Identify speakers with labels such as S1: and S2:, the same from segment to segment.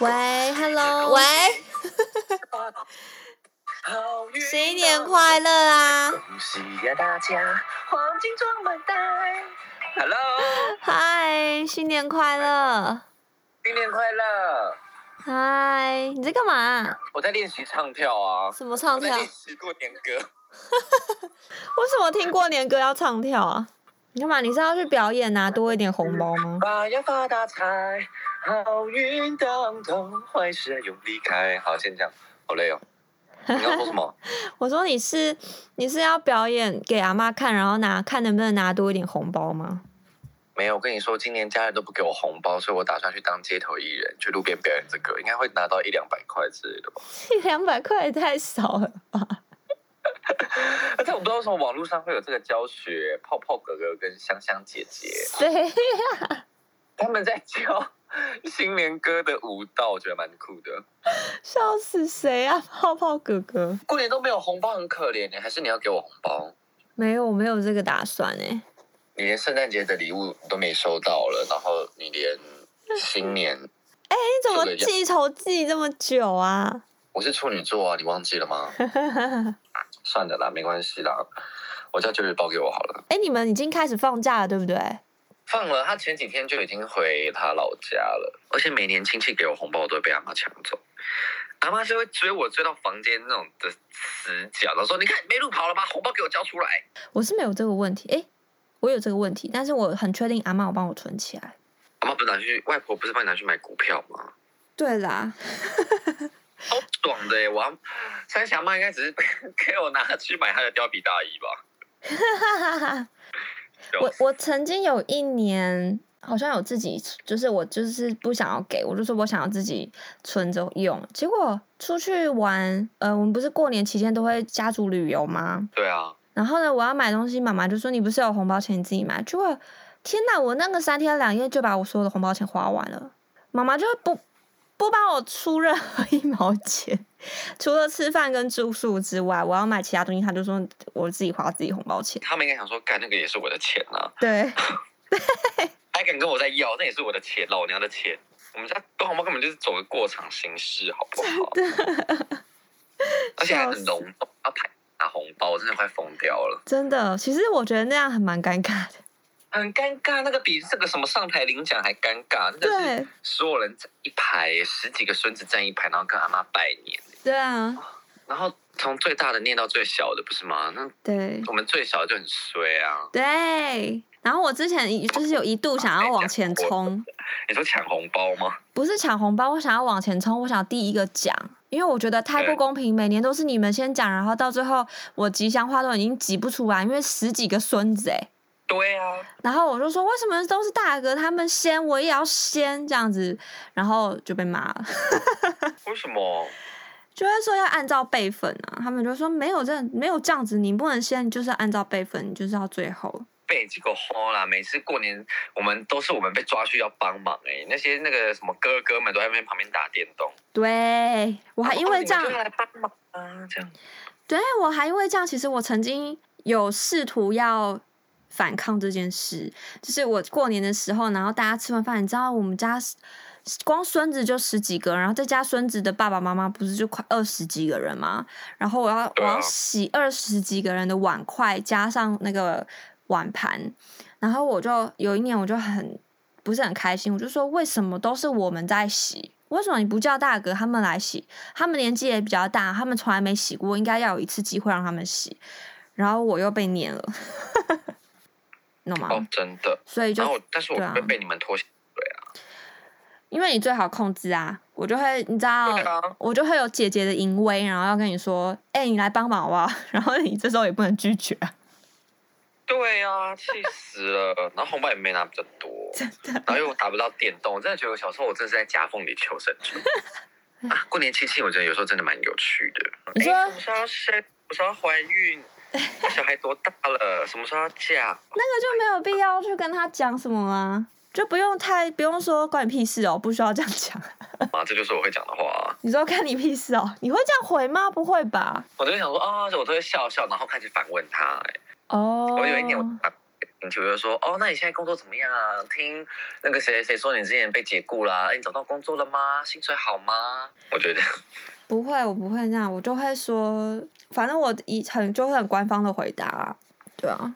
S1: 喂，Hello，
S2: 喂，新年快乐啊！
S3: 恭喜呀大家，黄金装满袋。Hello，
S1: 嗨，新年快乐，
S3: 新年快乐！
S1: 嗨，你在干嘛？啊
S3: 我在练习唱跳啊，
S1: 什么唱
S3: 我在
S1: 跳？
S3: 练
S1: 为
S3: 习过年歌。
S1: 什么听过年歌要唱跳啊？你干嘛？你是要去表演拿多一点红包吗？
S3: 发呀发大财，好运当头，坏事啊永离开。好，先这样，好累 哦。你要说什么？
S1: 我说你是你是要表演给阿妈看，然后拿看能不能拿多一点红包吗？
S3: 没有，我跟你说，今年家人都不给我红包，所以我打算去当街头艺人，去路边表演这个，应该会拿到一两百块之类的吧。
S1: 一两百块也太少了吧？
S3: 而且我不知道为什么网络上会有这个教学，泡泡哥哥跟香香姐姐
S1: 对，
S3: 他们在教 新年歌的舞蹈，我觉得蛮酷的。
S1: 笑死谁啊？泡泡哥哥，
S3: 过年都没有红包，很可怜欸呢，还是你要给我红包？
S1: 没有，我没有这个打算哎。
S3: 你连圣诞节的礼物都没收到了，然后你连新年，
S1: 你怎
S3: 这
S1: 么
S3: 个样
S1: 记仇记这么久啊？
S3: 我是处女座啊，你忘记了吗？
S1: 哎
S3: 算了啦，没关系啦，我叫九日包给我好了。
S1: 哎、你们已经开始放假了，对不对？
S3: 放了，他前几天就已经回他老家了，而且每年亲戚给我红包，我都会被阿妈抢走。阿妈是会追我追到房间那种的死角，然后说：“你看没路跑了吧，红包给我交出来。
S1: 我是没有这个问题，哎、我有这个问题，但是我很确定阿妈有帮我存起来。”
S3: 阿妈不是拿去外婆不是帮你拿去买股票吗？
S1: 对啦，
S3: 超爽的耶！我阿三峡妈应该只是 给我拿去买她的貂皮大衣吧。
S1: 我我曾经有一年，好像有自己，就是我就是不想要给，我就说我想要自己存着用。结果出去玩，呃，我们不是过年期间都会家族旅游吗？
S3: 对啊，
S1: 然后呢，我要买东西，妈妈就说你不是有红包钱你自己买。结果天哪，我那个三天两夜就把我所有的红包钱花完了，妈妈就不不帮我出任何一毛钱， 除了吃饭跟住宿之外，我要买其他东西，她就说我自己花自己红包钱。
S3: 他们应该想说，干那个也是我的钱啊，
S1: 对。
S3: 还敢跟我再要，那也是我的钱，老娘的钱。我们家跟红包根本就是走个过场形式，好不好？而且还很隆重，要排拿红包，我真的快疯掉了，
S1: 真的，其实我觉得那样还蛮尴尬的。
S3: 很尴尬。那个比这个什么上台领奖还尴尬，那个是
S1: 对
S3: 所有人站一排，十几个孙子站一排，然后跟阿妈拜年，
S1: 对啊，
S3: 然后从最大的念到最小的，不是吗？那
S1: 对
S3: 我们最小的就很衰啊。
S1: 对。然后我之前一就是有一度想要往前冲，
S3: 你说抢红包吗？
S1: 不是抢红包，我想要往前冲，我想第一个奖，因为我觉得太不公平，每年都是你们先讲，然后到最后我吉祥话都已经挤不出来，因为十几个孙子哎、
S3: 对啊，
S1: 然后我就说为什么都是大哥他们先，我也要先这样子，然后就被骂了。
S3: 为什么？
S1: 就会说要按照辈分啊，他们就说没有这没有这样子，你不能先，你就是按照辈分，你就是要最后。
S3: 被几个花啦！每次过年，我们都是我们被抓去要帮忙哎、那些那个什么哥哥们都在那边旁边打电动，
S1: 对，我还因为这样
S3: 哦你，们就来帮忙啊，这样
S1: 对我还因为这样，其实我曾经有试图要反抗这件事，就是我过年的时候，然后大家吃完饭，你知道我们家光孙子就十几个，然后再加孙子的爸爸妈妈，不是就快二十几个人吗？然后我要、我
S3: 对啊
S1: 要洗二十几个人的碗筷，加上那个碗盘，然后我就有一年我就很不是很开心，我就说为什么都是我们在洗？为什么你不叫大哥他们来洗？他们年纪也比较大，他们从来没洗过，应该要有一次机会让他们洗。然后我又被念了， 你懂吗？
S3: 哦，真的。
S1: 所以就
S3: 然后我，但是我
S1: 对啊
S3: 会被你们拖下水啊，
S1: 因为你最好控制啊，我就会你知道，
S3: 对啊
S1: 我就会有姐姐的淫威，然后要跟你说，哎、你来帮忙好不好？ 然后你这时候也不能拒绝啊。
S3: 对啊，气死了。然后红包也没拿比较 多，真的。然后又打不到电动，我真的觉得我小时候我真的是在夹缝里求生 存。啊，过年亲戚，我觉得有时候真的蛮有趣的。
S1: 你说
S3: 哎什么时候要生？什么时候要怀 孕？小孩多大了？什么时候要嫁？
S1: 那个就没有必要去跟他讲什么啊，就不用太不用说关你屁事哦，不需要这样讲。
S3: 啊，这就是我会讲的话、啊。
S1: 你说看你屁事哦，你会这样回吗？不会吧？
S3: 哦我就想说啊、我都会笑笑，然后开始反问他、哎
S1: 哦
S3: 我有一年我反嗯，情提问，就说哦，那你现在工作怎么样啊？听那个谁谁说你之前被解雇啦、哎你找到工作了吗？薪水好吗？我觉得
S1: 不会，我不会那样，我就会说，反正我以很就会很官方的回答啊，对啊，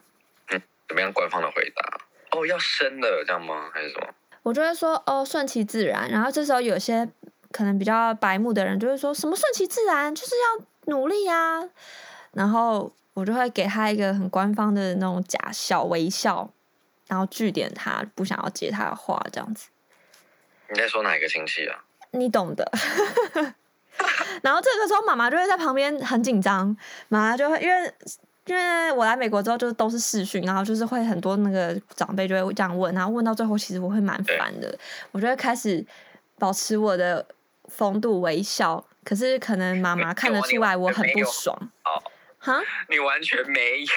S3: 怎么样？官方的回答哦，要升了这样吗？还是什么？
S1: 我就会说哦，顺其自然。然后这时候有些可能比较白目的人就会说什么顺其自然，就是要努力啊。然后我就会给他一个很官方的那种假笑微笑，然后据点他，不想要接他的话，这样子，
S3: 你在说哪一个亲戚啊？
S1: 你懂的。 然后这个时候妈妈就会在旁边很紧张，妈妈就会因为。因为我来美国之后就都是视讯，然后就是会很多那个长辈就会这样问，然后问到最后，其实我会蛮烦的。我就会开始保持我的风度微笑，可是可能妈妈看得出来我很不爽。
S3: 哦，
S1: 哈，
S3: 你完全没有。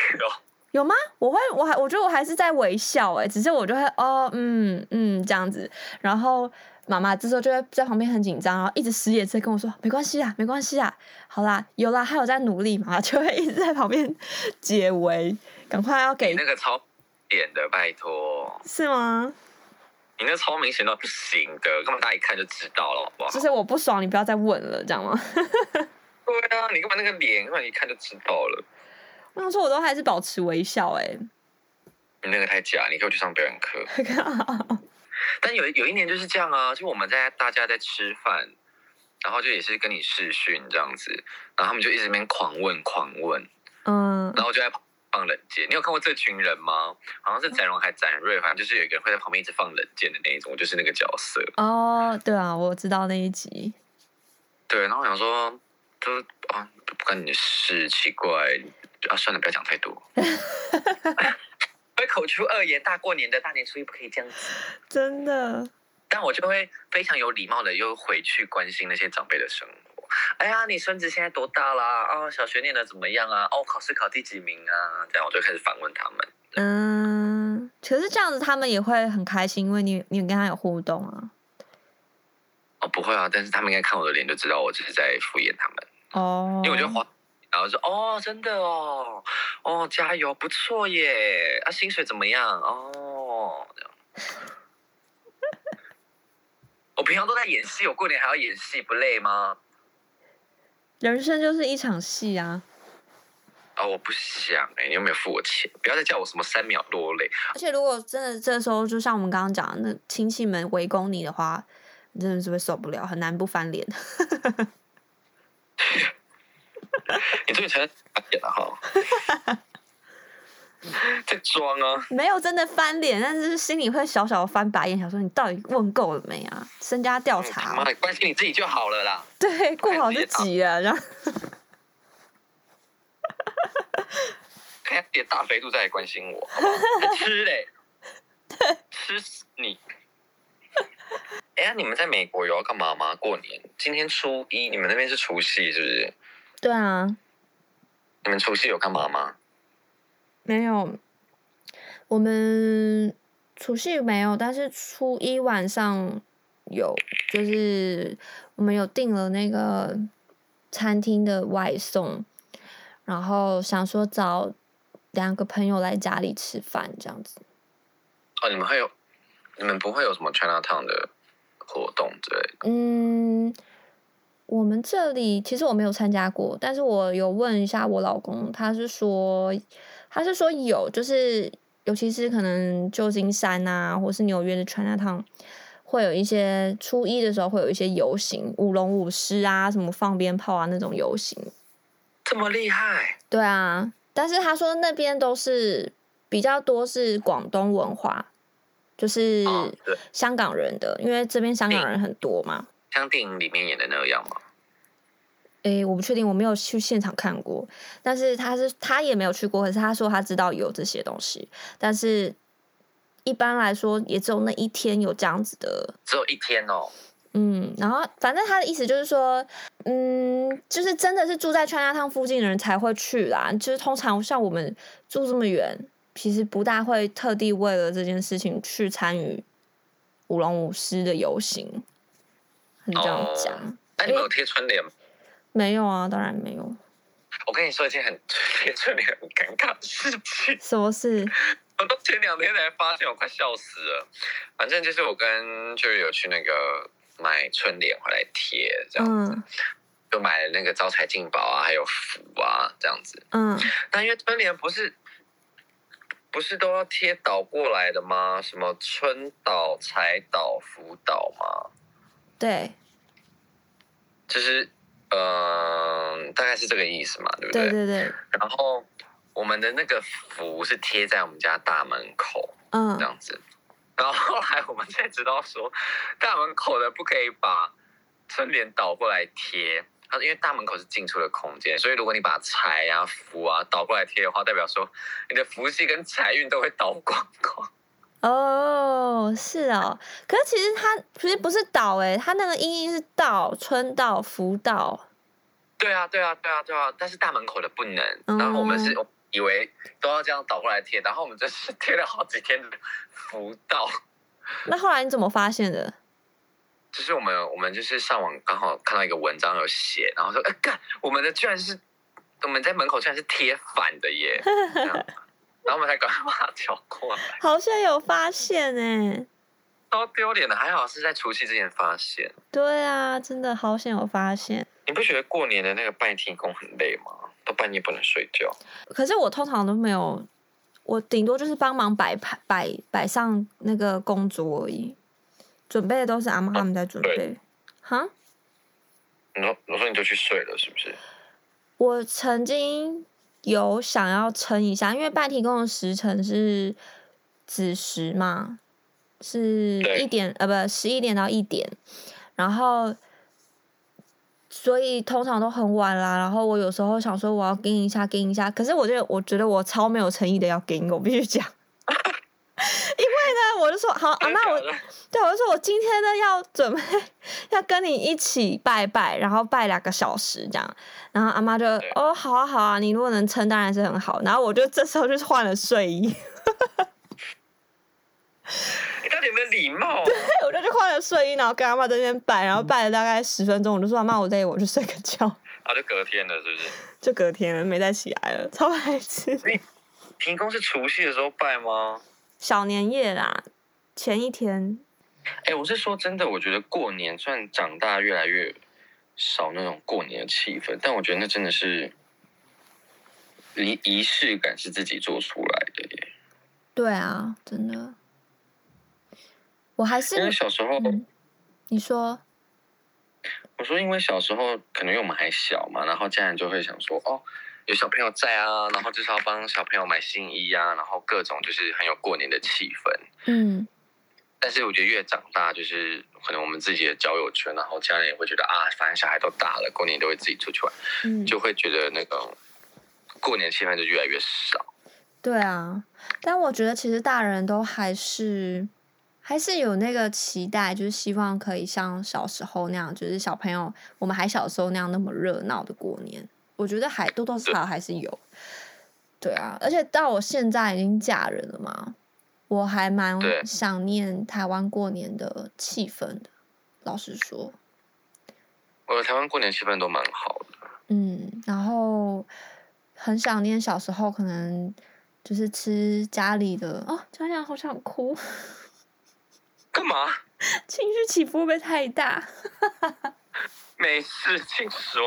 S1: 有吗？我会，我还我觉得我还是在微笑哎、只是我就会哦，嗯嗯这样子，然后妈妈这时候就会在旁边很紧张，然后一直使眼色跟我说没关系啊，没关系啊，好啦，有啦，还有在努力，妈妈就会一直在旁边解围，赶快要给
S3: 你那个超点的，拜托，
S1: 是吗？
S3: 你那超明显到不行的，根本大家一看就知道了，好不好？
S1: 就是我不爽，你不要再问了，这样吗？
S3: 对啊，你根本那个脸，根本一看就知道了。
S1: 我想说，我都还是保持微笑哎、
S3: 你那个太假，你给我去上表演课。但有一有一年就是这样啊，就我们在大家在吃饭，然后就也是跟你视讯这样子，然后他们就一直在那边狂问狂问，
S1: 嗯，
S3: 然后我就在旁放冷箭。你有看过这群人吗？好像是展荣还展瑞，反正就是有一个人会在旁边一直放冷箭的那一种，我就是那个角色。
S1: 哦，对啊，我知道那一集，
S3: 对，然后我想说，就啊，不关你的事，奇怪啊，算了，不要讲太多。 会口出恶言，大过年的大年初一不可以这样子。
S1: 真的，
S3: 但我就会非常有礼貌的又回去关心那些长辈的生活。哎呀，你孙子现在多大啦？哦，小学念的怎么样啊？哦，考试考第几名啊？这样我就开始反问他们。
S1: 嗯，可是这样子他们也会很开心，因为你你跟他有互动啊。
S3: 哦，不会啊，但是他们应该看我的脸就知道我只是在敷衍他们，
S1: 哦，
S3: 因为我就花。然后说哦，真的哦，哦，加油，不错耶！啊，薪水怎么样？哦，这样。 我平常都在演戏，我过年还要演戏，不累吗？
S1: 人生就是一场戏啊，
S3: 哦，我不想哎、你又没有付我钱，不要再叫我什么三秒落泪。
S1: 而且如果真的这时候，就像我们刚刚讲的，那亲戚们围攻你的话，你真的是会受不了，很难不翻脸。
S3: 你最近才打脸了哈， 在装啊！
S1: 没有真的翻脸，但是心里会小小的翻白眼，想说你到底问够了没啊？身家调查
S3: 嗯妈
S1: 哦，
S3: 的，关心你自己就好了啦。
S1: 对，顾好自己啊，然后
S3: 看下你的大肥肚再来关心我，好不好？还吃嘞，吃死你！哎呀，你们在美国有要干嘛吗？过年？今天初一，你们那边是除夕是不是？
S1: 对啊，
S3: 你们除夕有干嘛吗？
S1: 没有，我们除夕没有，但是初一晚上有，就是我们有订了那个餐厅的外送，然后想说找两个朋友来家里吃饭这样子。
S3: 哦，你们会有，你们不会有什么 China Town 的活动之类的？
S1: 嗯，我们这里其实我没有参加过，但是我有问一下我老公，他是说他是说有，就是尤其是可能旧金山啊，或是纽约的 Chinatown，会有一些初一的时候会有一些游行，舞龙舞狮啊，什么放鞭炮啊那种游行。
S3: 这么厉害？
S1: 对啊，但是他说那边都是比较多是广东文化，就是
S3: 哦，对，
S1: 香港人的，因为这边香港人很多嘛。
S3: 像电影里面演的那样吗？
S1: 诶，我不确定，我没有去现场看过，但是他是他也没有去过，可是他说他知道有这些东西，但是一般来说也只有那一天有这样子的，
S3: 只有一天哦。
S1: 嗯，然后反正他的意思就是说，嗯，就是真的是住在川家汤附近的人才会去啦，就是通常像我们住这么远，其实不大会特地为了这件事情去参与舞龙舞狮的游行，很这样
S3: 哦
S1: 讲，
S3: 那你们有贴春联吗？
S1: 没有啊，当然没有，
S3: 我跟你说一件很贴春联很尴尬的事情。
S1: 什么事？
S3: 我到前两天才发现，我快笑死了。反正就是我跟就是有去那个买春联回来贴，这样子、
S1: 嗯
S3: 就买了那个招财进宝啊，还有符啊，这样子。
S1: 嗯，
S3: 那因为春联不是不是都要贴倒过来的吗？什么春倒、财倒、福倒吗？
S1: 对
S3: 就是嗯、呃大概是这个意思嘛，对不
S1: 对对对，
S3: 然后我们的那个符是贴在我们家大门口
S1: 嗯
S3: 这样子，然后后来我们才知道说，大门口的不可以把春联倒过来贴。他因为大门口是进出的空间，所以如果你把财啊、福啊倒过来贴的话，代表说你的福气跟财运都会倒光光。
S1: 哦，是哦。可是其实它其实不是倒诶、它那个音译是倒，春到福到。
S3: 对啊，对啊，对啊，对啊。但是大门口的不能，
S1: 嗯
S3: 然后我们是以为都要这样倒过来贴，然后我们就是贴了好几天的福到。
S1: 那后来你怎么发现的？
S3: 就是我们我们就是上网刚好看到一个文章有写，然后说，哎、干，我们的居然是我们在门口居然是贴反 的耶，这样然后我们才赶快把它调过来，
S1: 好像有发现欸诶、
S3: 超丢脸的。还好是在除夕之前发现。
S1: 对啊，真的好险有发现。
S3: 你不觉得过年的那个拜天公很累吗？到半夜不能睡觉。
S1: 可是我通常都没有，我顶多就是帮忙摆盘、摆摆上那个公主而已，准备的都是阿妈他们在准
S3: 哦对
S1: 备。哈，
S3: 你说我说你就去睡了是不是？
S1: 啊我曾经有想要撑一下，因为拜提供的时辰是子时嘛，是
S3: 对
S1: 一点呃不十一点到一点，然后所以通常都很晚啦。然后我有时候想说我要跟一下跟一下，可是我觉得我觉得我超没有诚意的要跟，我必须讲。 因为呢，我就说好啊，那我
S3: 真的假的
S1: 对，我就说我今天呢要准备要跟你一起拜拜，然后拜两个小时这样。然后阿妈就
S3: 对
S1: 哦，好啊好啊，你如果能撑当然是很好。然后我就这时候就是换了睡衣，
S3: 你到底有没有礼貌啊？
S1: 我就去换了睡衣，然后跟阿妈在那边拜，然后拜了大概十分钟，我就说阿妈我累，我去睡个觉。
S3: 啊，就隔天了是不是？
S1: 就隔天了，没再起来了，超白痴。
S3: 天公是除夕的时候拜吗？
S1: 小年夜啦，前一天
S3: 哎、我是说真的，我觉得过年虽然长大越来越少那种过年的气氛，但我觉得那真的是仪仪式感是自己做出来的耶。
S1: 对啊，真的，我还是
S3: 因为小时候，
S1: 嗯你说
S3: 我说因为小时候可能因为我们还小嘛，然后家人就会想说，哦，有小朋友在啊，然后就是要帮小朋友买新衣啊，然后各种就是很有过年的气氛。
S1: 嗯
S3: 但是我觉得越长大，就是可能我们自己的交友圈，然后家人也会觉得啊，反正小孩都大了，过年都会自己出去玩。
S1: 嗯
S3: 就会觉得那个过年气氛就越来越少。
S1: 对啊，但我觉得其实大人都还是还是有那个期待，就是希望可以像小时候那样，就是小朋友我们还小时候那样那么热闹的过年。我觉得还多多少少还是有，对啊，而且到我现在已经嫁人了嘛，我还蛮
S3: 对
S1: 想念台湾过年的气氛的。老实说，
S3: 我觉得台湾过年气氛都蛮好的，
S1: 嗯，然后很想念小时候，可能就是吃家里的哦，想想好想哭，
S3: 干嘛？
S1: 情绪起伏会不会太大？
S3: 没事，请 说。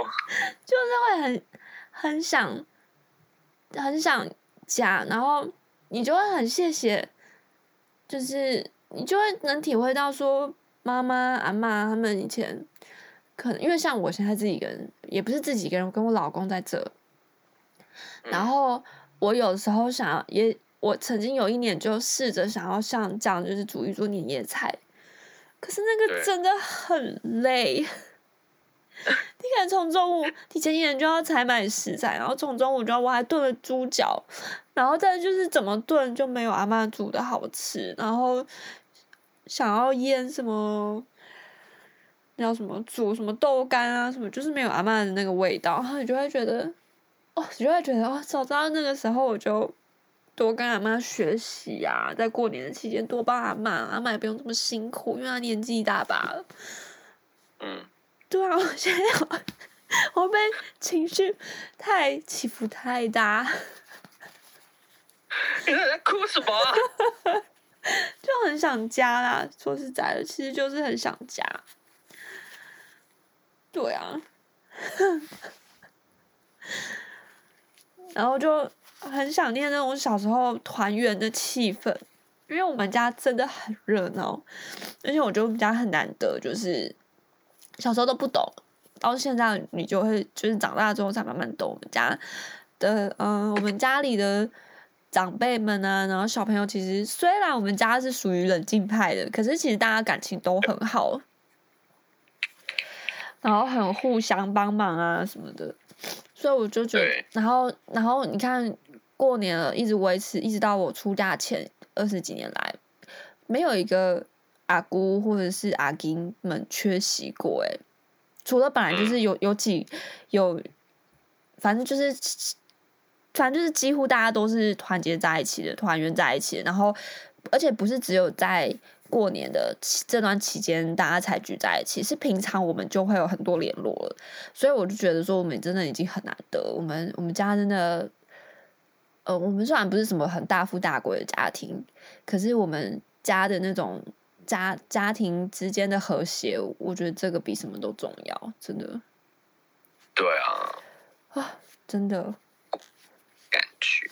S1: 就是会很很想很想家，然后你就会很谢谢，就是你就会能体会到说妈妈、阿妈他们以前可能因为像我现在自己一个人，也不是自己一个人，我跟我老公在这，
S3: 嗯
S1: 然后我有时候想要也，我曾经有一年就试着想要像这样，就是煮一桌年夜菜，可是那个
S3: 对
S1: 真的很累。 你可能从中午提前一点就要采买食材，然后从中午就要我还炖了猪脚，然后再就是怎么炖就没有阿妈煮的好吃，然后想要腌什么。那叫什么煮什么豆干啊，什么就是没有阿嬷的那个味道，然后你就会觉得哦，你就会觉得哦，早知道那个时候我就多跟阿妈学习啊，在过年的期间多帮阿妈，阿妈也不用这么辛苦，因为她年纪一大把了。
S3: 嗯，
S1: 对啊，我现在 好我被情绪太起伏太大，
S3: 你在哭什 么啊？
S1: 就很想家啦。说实在的，其实就是很想家。对啊， 然后就很想念那种小时候团圆的气氛，因为我们家真的很热闹，而且我觉得我们家很难得，就是小时候都不懂，到现在你就会就是长大之后才慢慢懂我们家的，嗯、我们家里的。长辈们呢、然后小朋友其实虽然我们家是属于冷静派的，可是其实大家感情都很好，然后很互相帮忙啊什么的，所以我就觉得
S3: 对，
S1: 然后然后你看过年了，一直维持，一直到我出嫁前二十几年来，没有一个阿姑或者是阿金们缺席过、欸，除了本来就是有有几有，反正就是反正就是几乎大家都是团结在一起的，团圆在一起的，然后而且不是只有在过年的期这段期间大家才聚在一起，是平常我们就会有很多联络了，所以我就觉得说我们真的已经很难得，我们我们家真的。呃，我们虽然不是什么很大富大贵的家庭，可是我们家的那种家家庭之间的和谐，我觉得这个比什么都重要，真的，
S3: 对啊，
S1: 真的。
S3: 感觉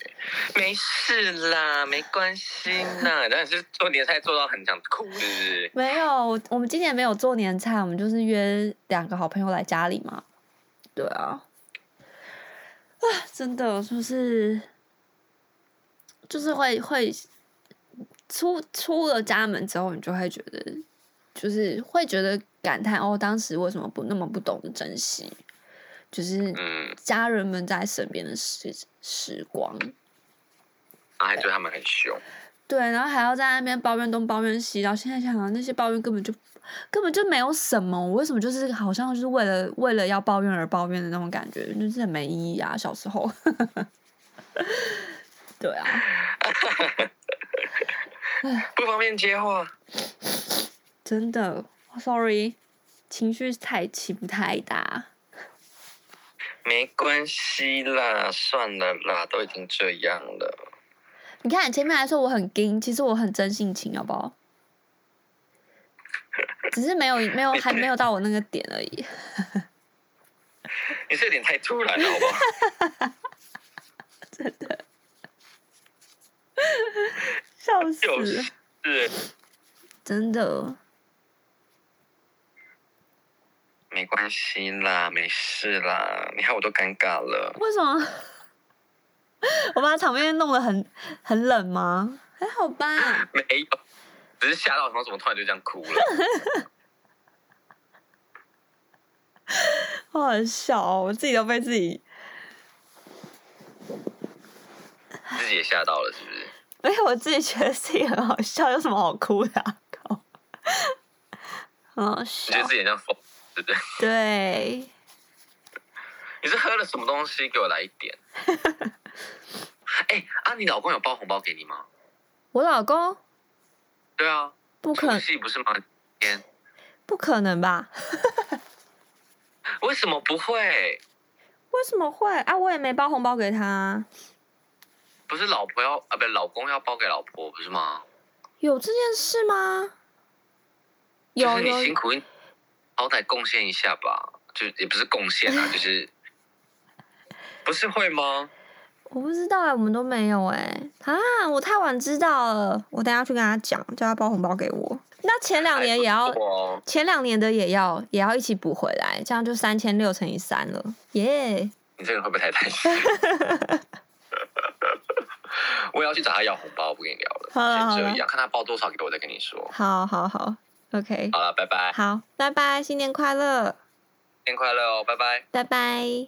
S3: 没事啦，没关系啦。 但是做年菜做到很想哭，是不是？
S1: 没有，我我们今年没有做年菜，我们就是约两个好朋友来家里嘛。对啊，啊，真的就是就是会会出出了家门之后，你就会觉得，就是会觉得感叹哦，当时为什么不那么不懂得珍惜，就是
S3: 嗯，
S1: 家人们在身边的时时光。
S3: 啊，还对他们很凶，
S1: 对，然后还要在那边抱怨东抱怨西，然后现在想想那些抱怨根本就根本就没有什么，我为什么就是好像就是为了为了要抱怨而抱怨的那种感觉，就是很没意义啊！小时候， 对啊，
S3: 不方便接话。
S1: 真的，sorry，情绪太起伏太大，
S3: 没关系啦，算了啦，都已经这样了。
S1: 你看，前面还说我很硬，其实我很真性情，好不好？只是没有没有还没有到我那个点而已。
S3: 你这有点太突然了，好不好？
S1: 笑死
S3: 就
S1: 了
S3: 是，是
S1: 真的，
S3: 没关系啦，没事啦。你看我都尴尬了，
S1: 为什么？ 我把场面弄得很很冷吗？还好吧，
S3: 没有，只是吓到，然后怎么突然就这样哭了？
S1: 好好笑哦！我自己都被自己
S3: 自己也吓到了，是不是？
S1: 没有，我自己觉得自己很好笑，有什么好哭的、啊？靠，很好
S3: 你
S1: 笑
S3: 觉得。自己很像疯，对不对？
S1: 对，
S3: 你是喝了什么东西？给我来一点。哎、啊，你老公有包红包给你吗？
S1: 我老公
S3: 对啊，
S1: 不可
S3: 除夕不是吗？天，
S1: 不可能吧？
S3: 为什么不会？
S1: 为什么会啊？我也没包红包给他啊，
S3: 不是老婆要啊，不是老公要包给老婆，不是吗？
S1: 有这件事吗？有
S3: 就是你
S1: 有
S3: 辛苦，好歹贡献一下吧，就也不是贡献 啊，就是不是会吗？
S1: 我不知道哎、我们都没有哎、啊！我太晚知道了，我等一下去跟他讲，叫他包红包给我。那前两年也要
S3: 哎 还不，错哦
S1: 前两年的也要，也要一起补回来，这样就三千六乘以三了，耶、
S3: 你这个人会不会太贪心？ 我也要去找他要红包，不跟你聊了，
S1: 好了好
S3: 先
S1: 了
S3: 这样，看他包多少给我，再跟你说。
S1: 好好好，OK，
S3: 好了，拜拜，
S1: 好，拜拜，新年快乐，
S3: 新年快乐哦，拜拜。
S1: 拜拜。